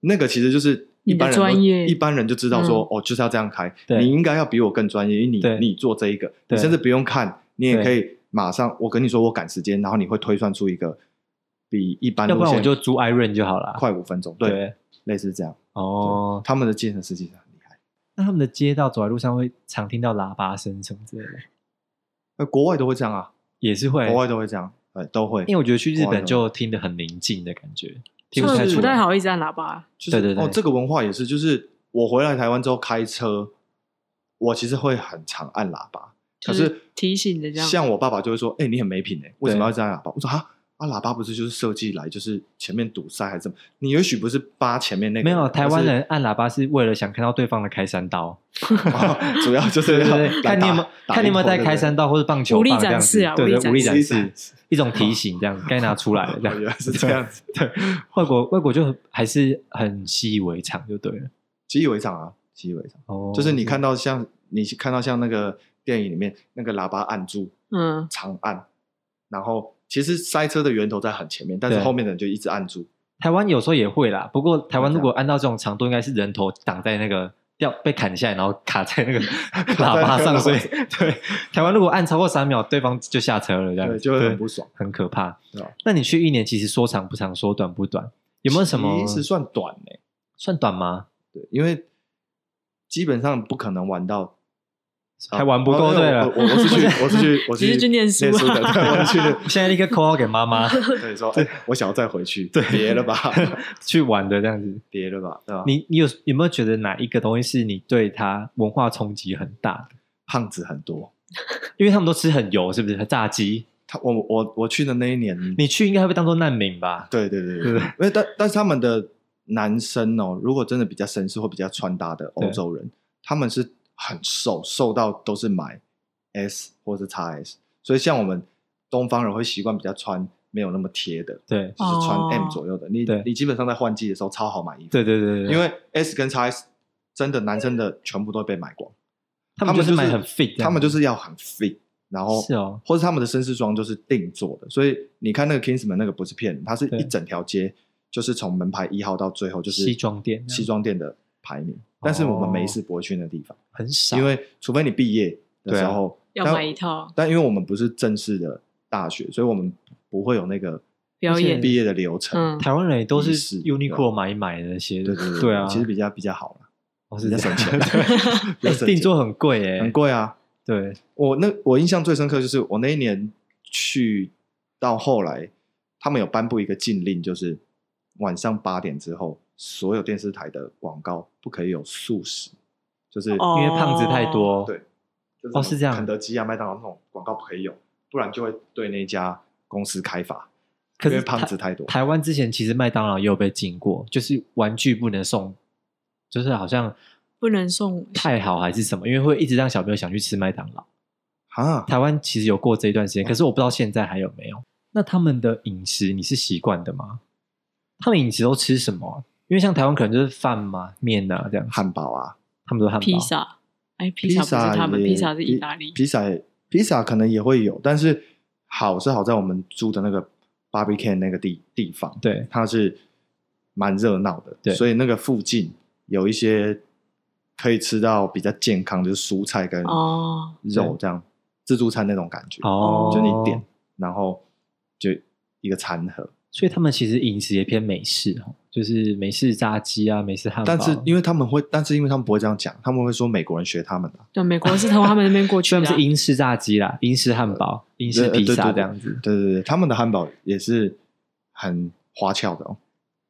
那个其实就是一般你的人都专业嗯一般人就知道说、哦就是要这样开，对你应该要比我更专业，因为对你你做这一个，对你甚至不用看，你也对可以马上我跟你说我赶时间，然后你会推算出一个比一般要不路然我线就租 Iron 就好了。快五分钟，对，类似这样。哦，他们的计程司机很厉害，那他们的街道走在路上会常听到喇叭声什么之类的，呃，国外都会这样啊，也是会。国外都会这样，呃，都会，因为我觉得去日国外本都就听得很宁静的感觉，听就不太是出不太来。好意思按喇叭。就是对对对哦，这个文化也是，就是我回来台湾之后开车，我其实会很常按喇叭，就可是是提醒着这样像我爸爸就会说：“哎、你很没品哎、为什么要这样按喇叭？”我说：“啊。”啊，喇叭不是就是设计来就是前面堵塞还是怎么？你也许不是扒前面那个没人，有台湾而是人按喇叭是为了想看到对方的开山刀，哦主要就是对要对对，来看你有没有啊打打看你有没有一波带对不开对山刀或者棒球武力棒这展样示子，啊对对，武武力力展展示示一种提醒，这样该拿出来了。这哦样 原来是这样子，对， 外国外国就还是很习以为常，就对了。习以为常啊，习以为常。哦就是你看到像你看到像那个电影里面那个喇叭按住，嗯，长按，然后其实塞车的源头在很前面，但是对后面的人就一直按住。台湾有时候也会啦，不过台湾会这如果样按照这种长度，应该是人头挡在那个要被砍下来，然后卡在 那个在喇叭那上，个喇所以叭对台湾如果按超过三秒，对方就下车了，这样对，就会很不爽，很可怕对啊。那你去一年其实说长不长，说短不短，有没有什么其实算短呢、算短吗？对，因为基本上不可能玩到，啊还玩不够哦对了我我我是去，我是去，我你是是去念书啊的，对， 我是去。现在立刻 call 给妈 妈对，说哎，我想要再回去，对，别了吧， 去玩的这样子。别了吧，对吧？你你有有没有觉得哪一个东西是你对它文化冲击很大的？胖子很多，因为他们都吃很油，是不是？炸鸡，他我我我去的那一年，你去应该会被当做难民吧？对对对对对不对对，因为但但是他们的男生哦，如果真的比较绅士或比较穿搭的欧洲人，他们是很瘦，瘦到都是买 S 或是 x S，所以像我们东方人会习惯比较穿没有那么贴的，对就是穿哦 M 左右的。你对你基本上在换季的时候超好买衣服，对对对对，因为 S 跟 x S 真的男生的全部都被买光，他们就是他们就是买很 fit，这样他们就是要很 fit，然后是哦，或是他们的绅士装就是定做的，所以你看那个 Kingsman 那个不是骗人，它是对一整条街，就是从门牌一号到最后就是西装店这样哦西装店的排名。但是我们没事不会去那地方，很少，因为除非你毕业啊的时候，要但买一套但因为我们不是正式的大学，所以我们不会有那个表而演且，毕业的流程。嗯，台湾人也都仪是式 Uniqlo 买一买的那些，对对对啊，其实比较比较好了，我比是较这样省 哎钱，比较省钱 定做很贵哎，很贵啊。对，我那我印象最深刻就是我那一年去到后来，他们有颁布一个禁令，就是晚上八点之后，所有电视台的广告不可以有素食，就是、因哦为胖子太多，对，就哦是这样肯德基啊、麦当劳那种广告不可以有，不然就会对那家公司开罚，可因是为胖台子太多。台湾之前其实麦当劳也有被禁过，就是玩具不能送，就是好像不能送太好还是什么，因为会一直让小朋友想去吃麦当劳。啊，台湾其实有过这一段时间，嗯可是我不知道现在还有没有。那他们的饮食你是习惯的吗？他们饮食都吃什么啊、因为像台湾可能就是饭嘛、面啊这样，汉堡啊，他们都汉堡、披萨，哎，披萨不也是他们，披萨是意大利，披萨披萨可能也会有，但是好是好在我们住的那个 barbecue 那个地地方，对，它是蛮热闹的，对所以那个附近有一些可以吃到比较健康，就是蔬菜跟哦，肉这样自助餐那种感觉，哦，就你点，，然后就一个餐盒。所以他们其实饮食也偏美式哦，就是美式炸鸡啊、美式汉堡。但是因为他们会，但是因为他们不会这样讲，他们会说美国人学他们啊的、对，美国是从他们那边过去 虽的然啊，是英式炸鸡啦、英式汉堡、英式披萨呃对对对这样子，对对对，他们的汉堡也是很花俏的哦。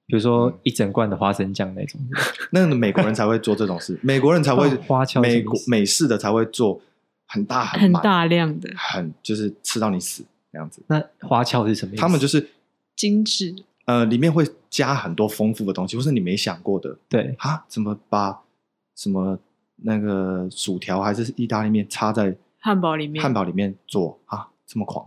比如说一整罐的花生酱那种，那个美国人才会做这种事，美国人才会哦 花俏是什么意美思国美式的才会做很大很很满大量的很就是吃到你死那样子。那花俏是什么意思？他们就是精致，呃里面会加很多丰富的东西，或是你没想过的对啊，怎么把什么那个薯条还是意大利面插在汉堡里面汉堡里面做啊，这么狂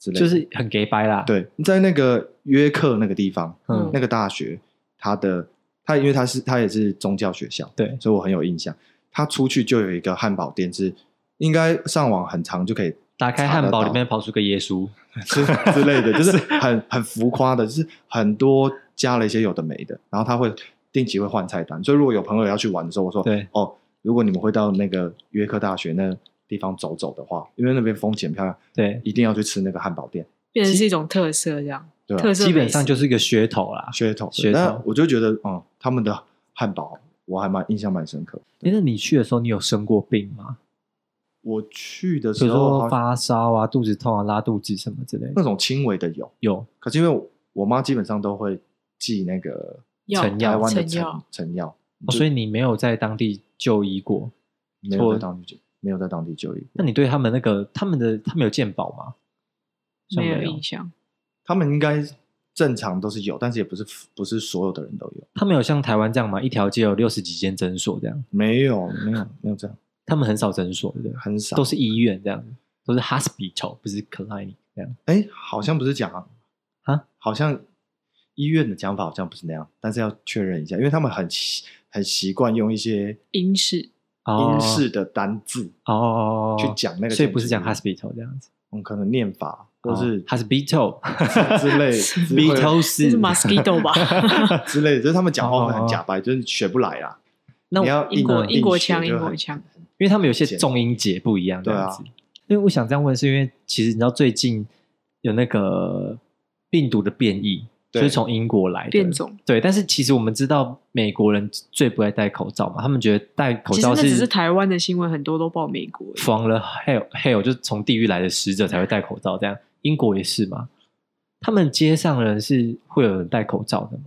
之类的。就是很 gay 掰啦，，对，在那个约克那个地方，嗯，那个大学，它的它因为它是它也是宗教学校，对所以我很有印象。它出去就有一个汉堡店是，应该上网很长就可以打开查得汉堡到里面跑出个耶嗯稣，之之 类的，就是很很浮夸的，就是很多加了一些有的没的，然后他会定期会换菜单，所以如果有朋友要去玩的时候，我说对哦，如果你们会到那个约克大学那地方走走的话，因为那边风景漂亮，对，一定要去吃那个汉堡店，变成是一种特色这样，对吧、特色基本上美食就是一个噱头啦。噱头，噱头那我就觉得嗯，他们的汉堡我还蛮印象蛮深刻。诶那你去的时候，你有生过病吗？我去的比时如候说好像嗯发烧啊、肚子痛啊、拉肚子什么之类那的，种轻微的有，有可是因为我妈基本上都会寄那个药成药台湾的成药成成药，哦所以你没有在当地就医过。没有在当地就没有在当地就医。那你对他们那个他们的他们有健保吗？像没有没有印象，他们应该正常都是有，但是也不是不是所有的人都有，他们有像台湾这样吗？一条街有六十几间诊所这样，没有 没有没有这样，他们很少诊所，对不对？很少都是医院这样，都是 hospital，不是 clinic 这样。哎，好像不是讲啊啊，好像医院的讲法好像不是那样，但是要确认一下，因为他们很习很习惯用一些英式英式的单字哦，去讲那个，所以不是讲 hospital 这样子，嗯，可能念法或是哦 hospital， 之类之 类 hospital 这是是 mosquito 吧？ 之类的，就是他们讲话会很假白，就是学不来啊啦。那你要英国硬英国学腔，就英国很腔，因为他们有些重音节不一样，这对啊样子。因为我想这样问，是因为其实你知道最近有那个病毒的变异，就对是从英国来的变种。对，但是其实我们知道美国人最不爱戴口罩嘛，他们觉得戴口其实罩那只是是台湾的新闻，很多都报美国。 from the hell hell，就是从地狱来的使者才会戴口罩。这样英国也是嘛，他们街上人是会有人戴口罩的吗？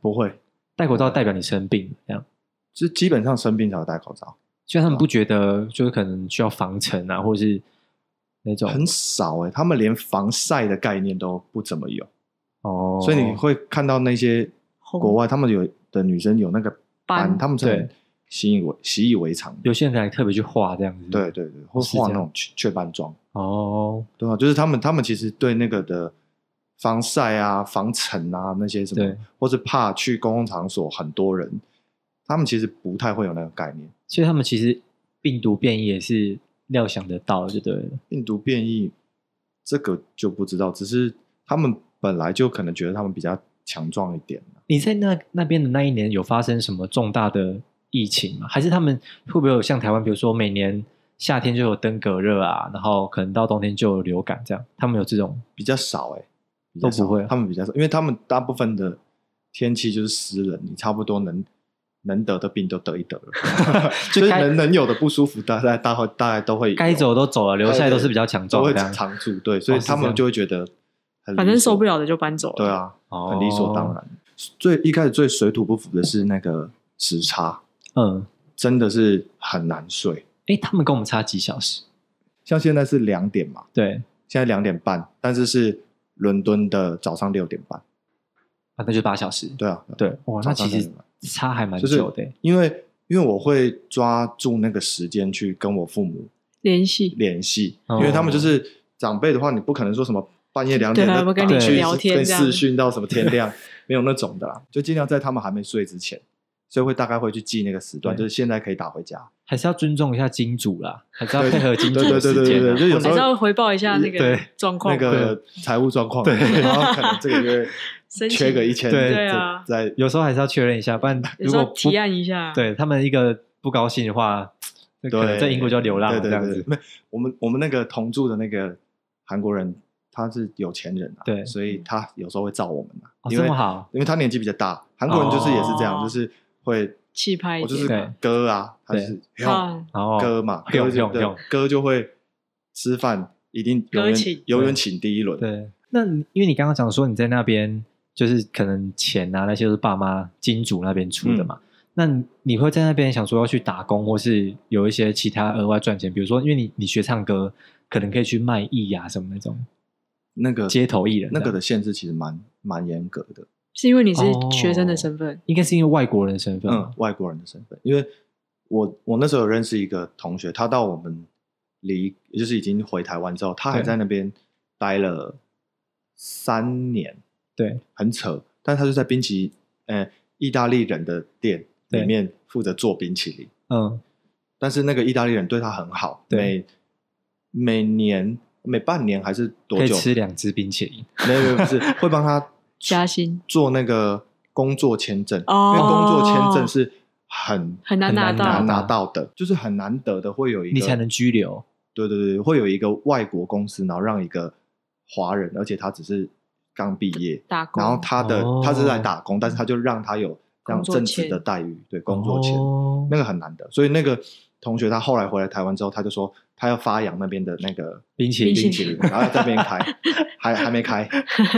不会，戴口罩代表你生病，这样。就基本上生病才会戴口罩，虽然啊他们不觉得，就是可能需要防尘啊，或者是那种很少哎、他们连防晒的概念都不怎么有，哦，所以你会看到那些红国外他们有的女生有那个斑斑，他们是很对习以为习以为常的。有些人还特别去画这样子。对对对，会是这样化那种雀雀斑妆，哦，对啊，就是他们他们其实对那个的防晒啊、防尘啊那些什对么，或是怕去公共场所很多人，他们其实不太会有那个概念。所以他们其实病毒变异也是料想得到的，就对了。病毒变异这个就不知道，只是他们本来就可能觉得他们比较强壮一点。你在那那边的那一年有发生什么重大的疫情吗？还是他们会不会有像台湾，比如说每年夏天就有登革热啊，然后可能到冬天就有流感这样？他们有这种比较少哎、比较都不少会啊他们比较少，因为他们大部分的天气就是湿冷，你差不多能能得的病都得一得了， 就就是该能能有的不舒服，大概大概大概都会有该走都走了，留下来都是比较强都壮会这样。常驻，对，所以哦是他这们样就会觉得很反正理所受不了的就搬走了。对，啊，哦很理所当然。最一开始最水土不服的是那个时差，嗯，真的是很难睡。诶，他们跟我们差几小时？像现在是两点嘛，对，现在两点半，但是是伦敦的早上六点半。啊，那就八小时。对啊，对啊对，哇，那早其上实六点半差还蛮就是久的欸。因为因为我会抓住那个时间去跟我父母联系联系，哦因为他们就是长辈的话，你不可能说什么半夜两点对啊再不跟你打去聊天跟这样视讯到什么天亮， 没有那种的啦，就尽量在他们还没睡之前，所以会大概会去记那个时段，对就是现在可以打回家。还是要尊重一下金主啦，还是要对配合金主对的对时对间啊。对对，就有时还是要候回报一下那个对状况那嘛，个财务状况，对，然后可能这个 月申请缺个一千，对对啊在有时候还是要确认一下，不然有如时果候不提案一下，，啊对他们一个不高兴的话，那可能在英国就要流浪了对这对样对子。没有我们我们那个同住的那个韩国人，他是有钱人啊，对所以他有时候会照我们啊，哦，因这为么好，因为他年纪比较大，韩国人就是也是这样，哦就是会气派一我就点，是对哦哥啊，他就是啊然后哥嘛，用哥就用对用哥就会吃饭，一定永哥远请永远请第一轮，对。那你因为你刚刚讲说你在那边就是可能钱啊那些都是爸妈金主那边出的嘛，那你你会在那边想说要去打工，或是有一些其他额外赚钱，比如说因为你你学唱歌，可能可以去卖艺啊什么那种那个街头艺人这那样个的限制其实蛮蛮严格的，是因为你是学生的身份，应该是因为外国人的身份嗯嘛，，外国人的身份，因为我我那时候有认识一个同学，他到我们离就是已经回台湾之后，他还对在那边待了三年，对，很扯，但他就在冰淇呃意大利人的店里对面负责做冰淇淋。嗯，但是那个意大利人对他很好，对每每年每半年还是多可以久？吃两支冰淇淋。没有没有不是会帮他加薪做那个工作签证，哦因为工作签证是很很难很拿难到难，拿到的，就是很难得的，会有一个你才能拘留。对对对，会有一个外国公司，然后让一个华人，而且他只是刚毕业，打工，然后他的、哦他是在打工，但是他就让他有这样工作正职的签待遇，对工作签，哦那个很难得。所以那个同学他后来回来台湾之后，他就说他要发扬那边的那个冰淇淋冰淇淇淋淋，然后要在那边 开，还还没开，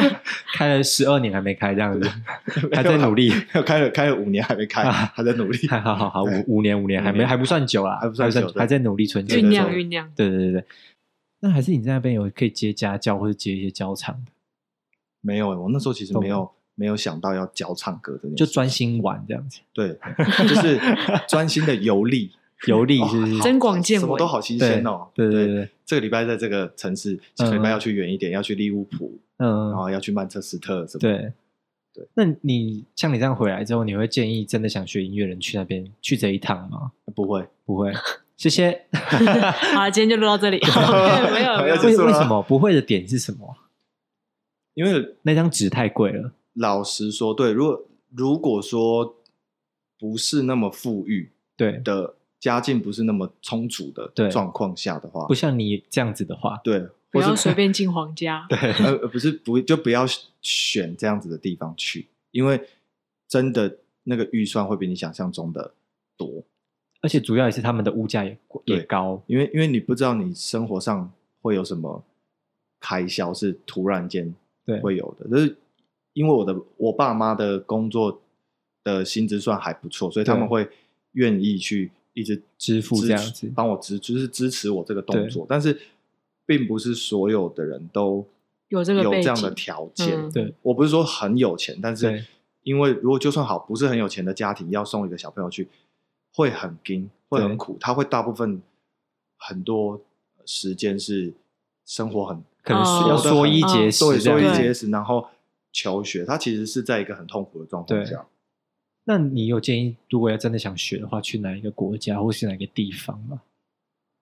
开了十二年还没开，这样子 还在努力。开了开了五年还 没开，还在努力。好好好好，对五五年五年还啊五没年还不算久啦，还不算久对还在努力存钱酝对对酿对酝酿，对对对对，那还是你在那边有可以接家教或者接一些教场的，没有，我那时候其实懂没有没有想到要教唱歌这件事，就专心玩这样子，对，就是专心的 游历，游历是不是？增广见什么闻都哦好新对鲜哦。对对对，嗯对这个礼拜在这个城市，下个礼拜要去远一点，要去利物浦，然嗯，后要去曼彻斯特什么。，对哦对。那你像你这样回来之后，你会建议真的想学音乐人去那边去这一趟吗？不会，不会，谢谢。好了，今天就录到 这里，OK，没有没有结为束了为什么不会的点是什么？因为那张纸太贵了。老实说，对，如果如果说不是那么富裕对，的家境，不是那么充足对的状况下的话不，像你这样子的话，对，不或要是随便进皇 家，呃，呃不是不就不要选这样子的地方去，因为真的那个预算会比你想象中的多，而且主要也是他们的物价也贵也对高。因为因为你不知道你生活上会有什么开销是突然间对，会有的，就是因为我的我爸妈的工作的薪资算还不错，所以他对们会愿意去一直支付这样子帮我支就是支持我这个动对作，但是并不是所有的人都有这个有背这样的景条件，嗯对我不是说很有钱，但对是因为如果就算好不是很有钱的家庭，要送一个小朋友去，会很拼，会对很苦，他会大部分很多时间是生活很可能哦是要缩衣节食对，这缩样衣子。节食，然后求学，他其实是在一个很痛苦的状对况下。那你有建议，如果要真的想学的话，去哪一个国家或是哪一个地方吗？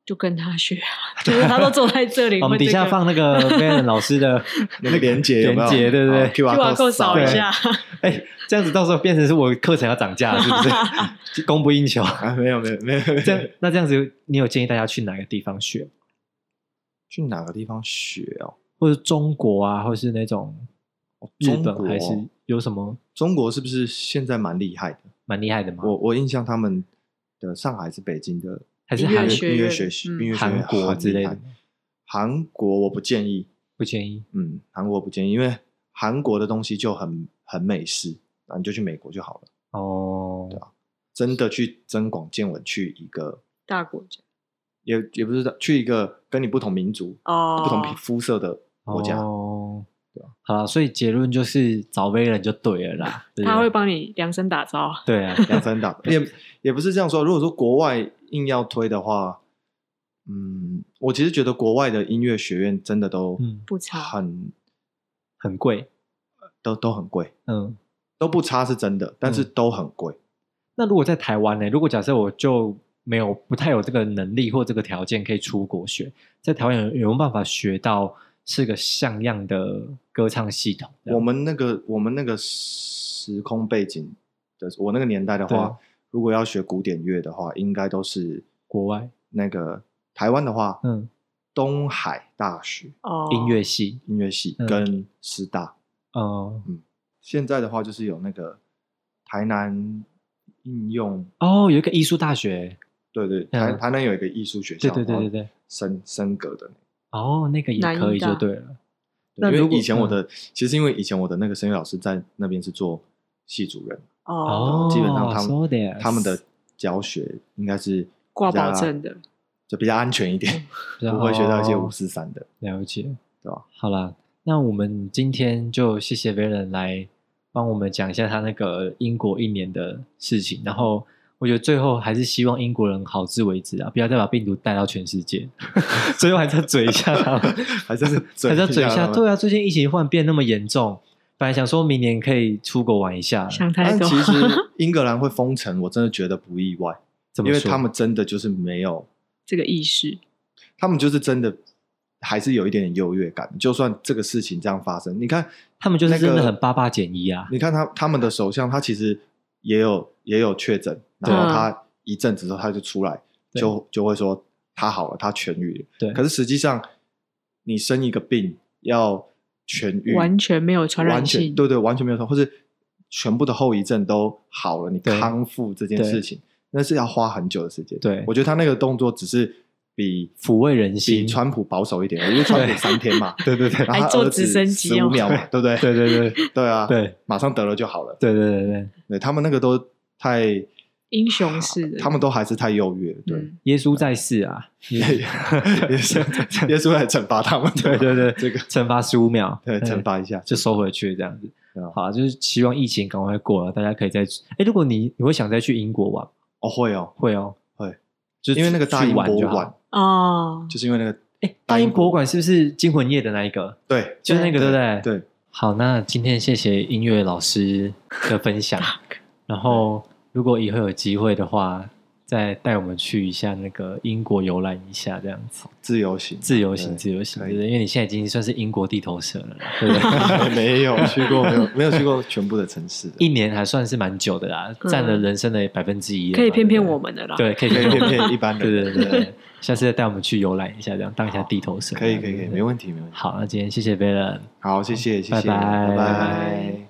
就跟他学啊， 就是他都坐在这里， 哦我们会这底下个 放那个 Van 老师的 那个连接有没有？哦连结对对对对 QR ，QR code 扫扫一对下，哎，这样子到时候变成是我课程要涨价了，是不 是？供不应求。啊，没有没有没有，没有这样，那这样子，你有建议大家去哪个地方学，去哪个地方学哦？或者中国啊，或是那种日中本，国哦还是有什么中国是不是现在蛮厉害的？蛮厉害的吗？我我印象他们的上海是北京的还是音乐韩学音乐院学习、嗯音乐学韩院国很之类厉害的韩国我不建议，不建议？嗯，韩国不建议，因为韩国的东西就很很美式，那你就去美国就好了。哦，啊真的去增广见闻，去一个 大国家也也不是去一个跟你不同民族、哦，不同皮肤色的国家，哦，好啦，所以结论就是找威人就对了啦。对不对他会帮你量身打造， 对啊，量 身打造，也也不是这样说。如果说国外硬要推的话，嗯，我其实觉得国外的音乐学院真的都嗯，不差，很很贵。都都很贵，嗯，都不差是真的，但是都很贵。那如果在台湾呢？如果假设我就没有不太有这个能力或这个条件可以出国学，在台湾有有没有办法学到是个像样的歌唱系统？这样我们那个我们那个时空背景的，我那个年代的话，如果要学古典乐的话，应该都是国外，那个台湾的话，嗯，东海大学哦，音乐系，音乐系嗯跟师大。嗯，现在的话，就是有那个台南应用，哦，有一个艺术大学，对对，嗯台台南有一个艺术学校，对对对对，对，升升格的。哦，那个也南艺可以大就对了。对那如因为果嗯以前我的，其实因为以前我的那个声乐老师在那边是做系主任，哦哦，基本上他 so 们 there's- 他们的教学应该是挂比较保证的，就比较安全一点，嗯 不会学到一哦些五四三的。了解，哦对吧？好啦，那我们今天就谢谢 Valen 来帮我们讲一下他那个英国一年的事情。然后我觉得最后还是希望英国人好自为之啊，不要再把病毒带到全世 界。最后还是要嘴一下他们，还是要嘴 还是要嘴一一下下。他们对啊，最近疫情换变那么严重，本来想说明年可以出国玩一下，想太但多，其实英格兰会封城，我真的觉得不意外。 怎么因为说他们真的就是没有， 这个意识，他们就是真的还是有一点点优越感。就算这个事情这样发生，你看，他们就是那个真的很八八减一啊。你看他他们的首相，他其实也有也有确诊，然后他一阵子之后他就出来，对就就会说他好了，他痊愈了。对可是实际上你生一个病要痊愈，完全没有传染完全性对对，完全没有错，或是全部的后遗症都好了，你对康复这件对事情，那是要花很久的时间。对我觉得他那个动作只是比抚慰人比心，川普保守一点，因为川普三天嘛，对对对然后他还坐儿子直升机十哦五秒嘛，对不对？对对对对对啊，，对马上得了就好了。对对对，对他们那个都太英雄式的，他们都还是太优越了，对，嗯耶稣在世啊，也是耶稣来惩罚他们， 对对对，这个惩罚十五秒，对惩罚一下，就收回去这样子对啊。好啊，就是希望疫情赶快过了，大家可以再哎，如果你你会想再去英国玩，哦会哦，会哦，会，就是因为那个大去英玩博就物好馆， 哦，就是因为那个哎，大英博物馆是不是惊魂夜的那一个？对就是那个对不对？对，好，那今天谢谢音乐老师的分享。然后，如果以后有机会的话，再带我们去一下那个英国游览一下，这样子自由行，自由行，对自由行，可对以不对？因为你现在已经算是英国地头蛇了啦，对不 对？哎没有去过，没有没有去过全部的城市，一年还算是蛮久的啦，嗯占了人生的百分之一了嘛。可以骗对骗不对我们的啦。，对，可以可以骗骗骗我们。骗一般人， 对对对对，下次再带我们去游览一下，这样当一下地头蛇。啊可以可以可以，没题。问题没问题。好，那今天谢谢 Valen。好，谢谢谢谢，拜拜拜拜拜拜。